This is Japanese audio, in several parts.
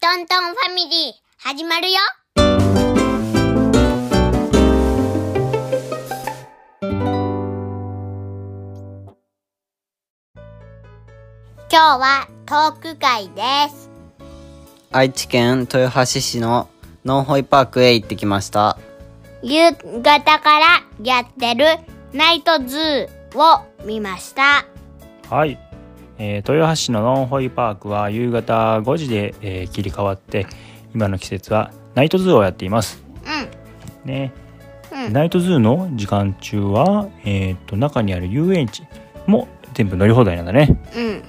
トントンファミリー、始まるよ今日はトーク会です。愛知県豊橋市のノンホイパークへ行ってきました夕方からやってるナイトズーを見ました。はい、えー豊橋市のノンホイパークは夕方5時で、えー切り替わって今の季節はナイトズーをやっていますうね、うんナイトズーの時間中は、えー、と中にある遊園地も全部乗り放題なんだねん、うん、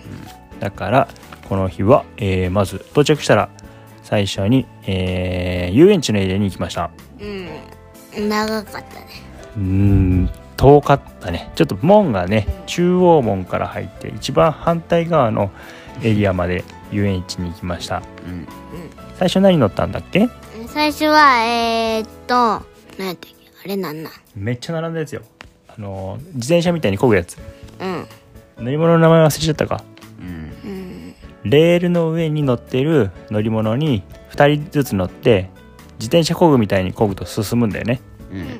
だからこの日は、えーまず到着したら最初に、えー遊園地のエリアに行きましたうん。長かったね。うーん遠かったねちょっと門がね中央門から入って一番反対側のエリアまで遊園地に行きました、ん最初何乗ったんだっけ最初は、えー、っと、何やったっけあれなんなんめっちゃ並んだやつよあのー自転車みたいに漕ぐやつうん。乗り物の名前忘れちゃったかうんうん。レールの上に乗ってる乗り物に2人ずつ乗って自転車漕ぐみたいに漕ぐと進むんだよねうん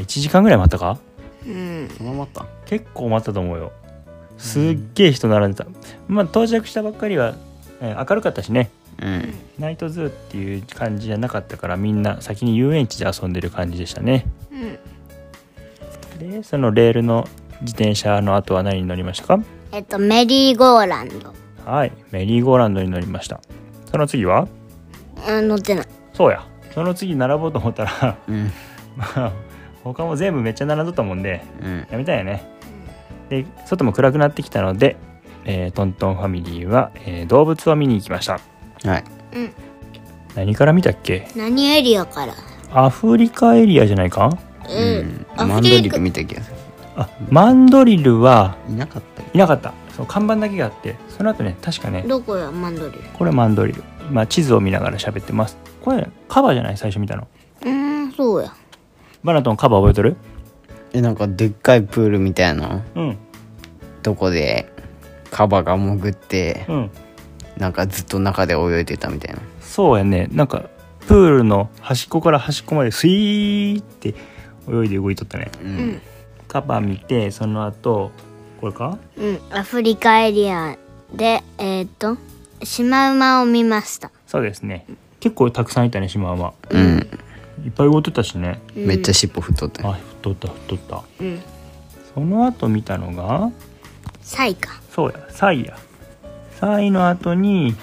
1時間ぐらい待ったかうん。そのままった結構待ったと思うよすっげえ人並んでた、まあ到着したばっかりは、えー明るかったしねうんナイトズーっていう感じじゃなかったからみんな先に遊園地で遊んでる感じでしたねうん。でそのレールの自転車の後は何に乗りましたかえっと、メリーゴーランド。はいメリーゴーランドに乗りましたその次はうん、乗ってない。そうやその次並ぼうと思ったら うんまあ他も全部めっちゃ並んどったもんでうんやめたよねで外も暗くなってきたので、えートントンファミリーは、えー動物を見に行きましたはいうん。何から見たっけ何エリアからアフリカエリアじゃないかうん。マアンフドリリカル。見た気がするあマンドリルはいなかったよいなかったそう看板だけがあってその後ね確かねどこよ、マンドリル。これマンドリル今地図を見ながら喋ってますこれカバじゃない最初見たのうーん、そうや。バナトンカバ覚えとるえなんかでっかいプールみたいなうんとこでカバが潜ってうんなんかずっと中で泳いでたみたいなそうやねなんかプールの端っこから端っこまでスイーって泳いで動いとったねうんカバ見てその後これかうん。アフリカエリアで、えー、っと、シマウマを見ました。そうですね結構たくさんいたねシマウマうんいっぱい動いてたしねめっちゃ尻尾太ったあ太った太ったうん。その後見たのがサイか。そうやサイやサイの後に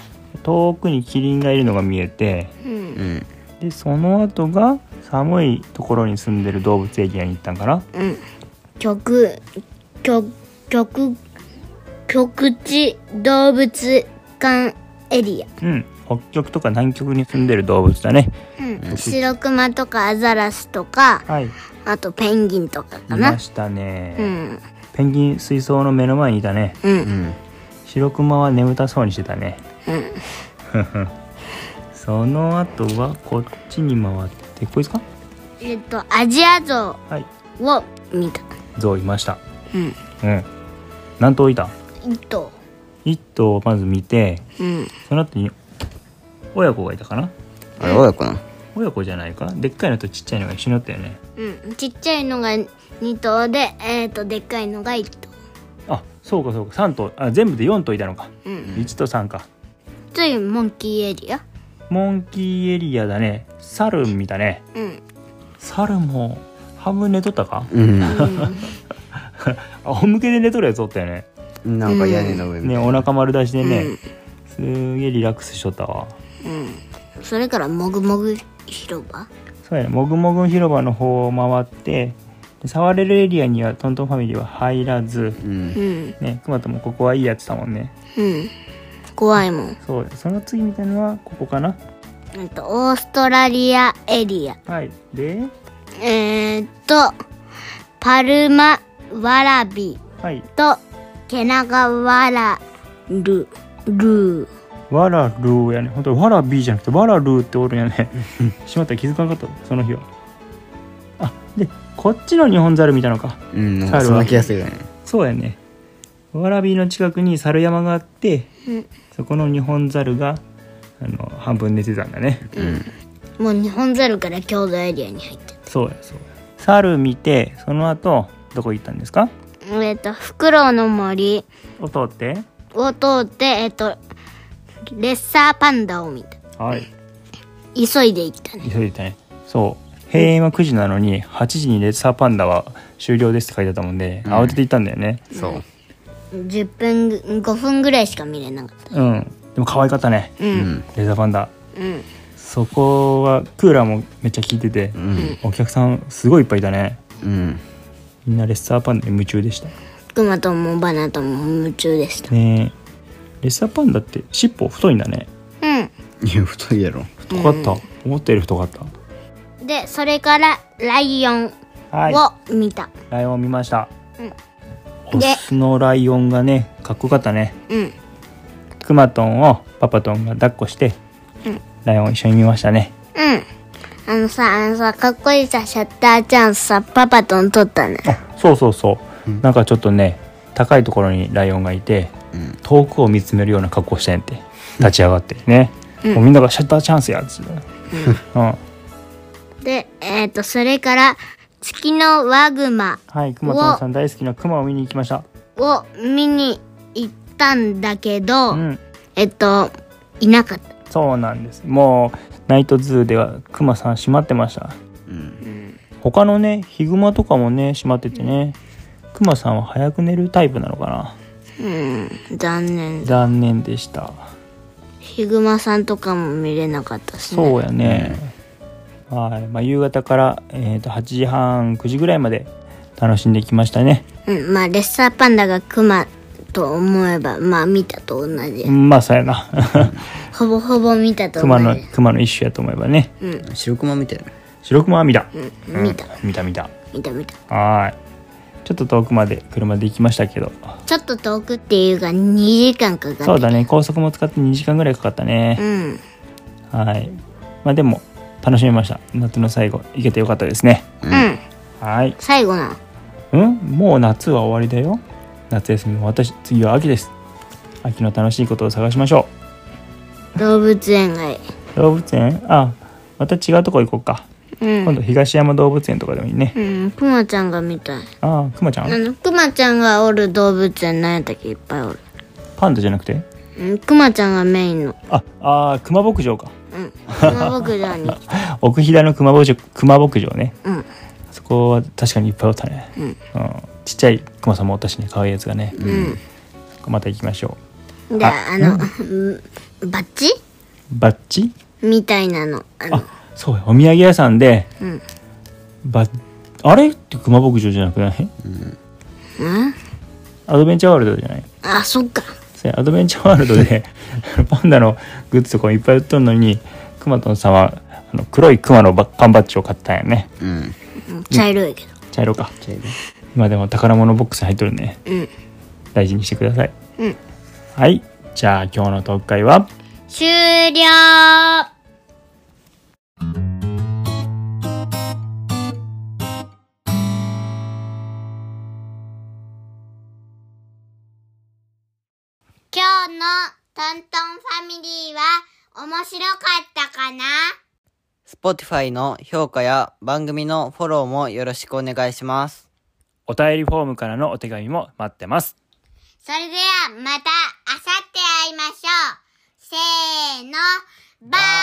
遠くにキリンがいるのが見えてうん。うんでその後が寒いところに住んでる動物エリアに行ったんかなうん。極、極、極、極地動物館エリア。うん北極とか南極に住んでる動物だねうん。白熊とかアザラシとか、はいいあとペンギンとかかなま。したね、うん。ペンギン水槽の目の前にいたねう。うんん白クマは眠たそうにしてたねうん。 その後はこっちに回ってこいつかえっと、アジアゾはいウを見た。ゾウいましたうん。うん何頭いた一頭。一頭をまず見てうん。その後に親子がいたかなあれ親子なの親子じゃないかでっかいのとちっちゃいのが一緒になったよねうん。ちっちゃいのが二頭で、えっと、でっかいのが一頭。あそうかそうか3頭あ全部で4頭いたのかうん。 1と3か次、モンキーエリア。モンキーエリアだねサル見たねうん。サルも半分寝とったかうん仰向けで寝とるやつおったよねなんか屋根の上みたねいなお腹丸出しでね、すげえリラックスしとったわうん。それから、もぐもぐ広場。そうやねもぐもぐ広場の方を回ってで触れるエリアにはトントンファミリーは入らずうんうん。ねクマともここはいいやつだもんねうん。怖いもん。そうその次みたいのはここかなえっと、オーストラリアエリア。はいでえー、っと、パルマワラビはいと、ケナガワラル、ルー。わらるーやね本当わらびーじゃなくてわらるーっておるんやねしまった気づかなかったその日はあでこっちの日本ザル見たのかうんなんかそんな気がするよねそうやねわらびの近くに猿山があって、うんそこの日本ザルがあの半分寝てたんだねもう日本ザルから郷土エリアに入ってそうやそうや猿見てその後どこ行ったんですかたえっとフクロウの森を通ってを通ってえっとレッサーパンダを見たはい急いで行ったね急いでたねそう閉園は9時なのに8時にレッサーパンダは終了ですって書いてあったもんで、ん慌てて行ったんだよねそう10分ぐ5分ぐらいしか見れなかっうんでも可愛かったねたううんんレッサーパンダうんそこはクーラーもめっちゃ効いてて、うんお客さんすごいいっぱいいたねうんみんなレッサーパンダに夢中でしたクマともバナとも夢中でしたねえレッサーパンダって尻尾太いんだねうんいや太いやろ太かった、思ったより太かっでそれからライオンたはいを見た、ライオン見ました、うんオでスのライオンがねかっこよかったねうんクマトンをパパトンが抱っこして、ライオン一緒に見ましたねうんあのさあのさかっこいいさシャッターチャンスさパパとん撮ったねあそうそうそう、なんかちょっとね高いところにライオンがいて、遠くを見つめるような格好してんって立ち上がってね、もうみんながシャッターチャンスやっつって、うんでえっ、とそれから月のワグマはいクマトンさん大好きなクマを見に行きましたを見に行ったんだけど、うんえっといなかったそうなんですもうナイトズーではクマさん閉まってましたうん他のねヒグマとかもね閉まっててねクマさんは早く寝るタイプなのかなうん残念だ残念でしたヒグマさんとかも見れなかったしねそうやね、はい、まあ、夕方から、えー、と8時半9時ぐらいまで楽しんできましたねうん、まあレッサーパンダがクマと思えばまあ見たと同じ、うんまあそうやなほぼほぼ見たと同クマじのクマの一種やと思えばね白熊みたいな白クマは見た、うん、見た見た見た見た見たはーいちょっと遠くまで車で行きましたけどちょっと遠くっていうか2時間かかってそうだね高速も使って2時間ぐらいかかったうね、んはいまあでも楽しめました夏の最後行けてよかったですねうん、はい最後なのうんもう夏は終わりだよ夏休みも私次は秋です秋の楽しいことを探しましょ動物園がいいう動物園あまた違うとこ行こうかうん今度東山動物園とかでもいいねうん、クマちゃんが見たい。ああくまちゃあんの、クマちゃんがおる動物園なんやったっけいっぱいおる。パンダじゃなくてうん、クマちゃんがメインの。ああー熊牧場かうん。クマ牧場に来た。奥飛騨の熊牧場熊牧場ねうん。そこは確かにいっぱいおったね、んちっちゃい熊さんもおったしね可愛いやつがね、また行きましょで、あの、うんバッチうバッチみたいなの。あの、あそうやお土産屋さんでうん。バッあれって熊牧場じゃなくないうんアドベンチャーワールドじゃないあ、そっか。それアドベンチャーワールド でパンダのグッズとかもいっぱい売っとるのにくまとんさんはあの黒いクマのバッ缶バッジを買ったんやねうんうん茶色いけど。茶色か茶色今でも宝物ボックスに入っとるねうん。大事にしてくださいうんはいじゃあ今日の特会は終了今日のトントンファミリーは面白かったかな Spotify の評価や番組のフォローもよろしくお願いしますお便りフォームからのお手紙も待ってますそれではまた明後日会いましょう。せーの、バイバイ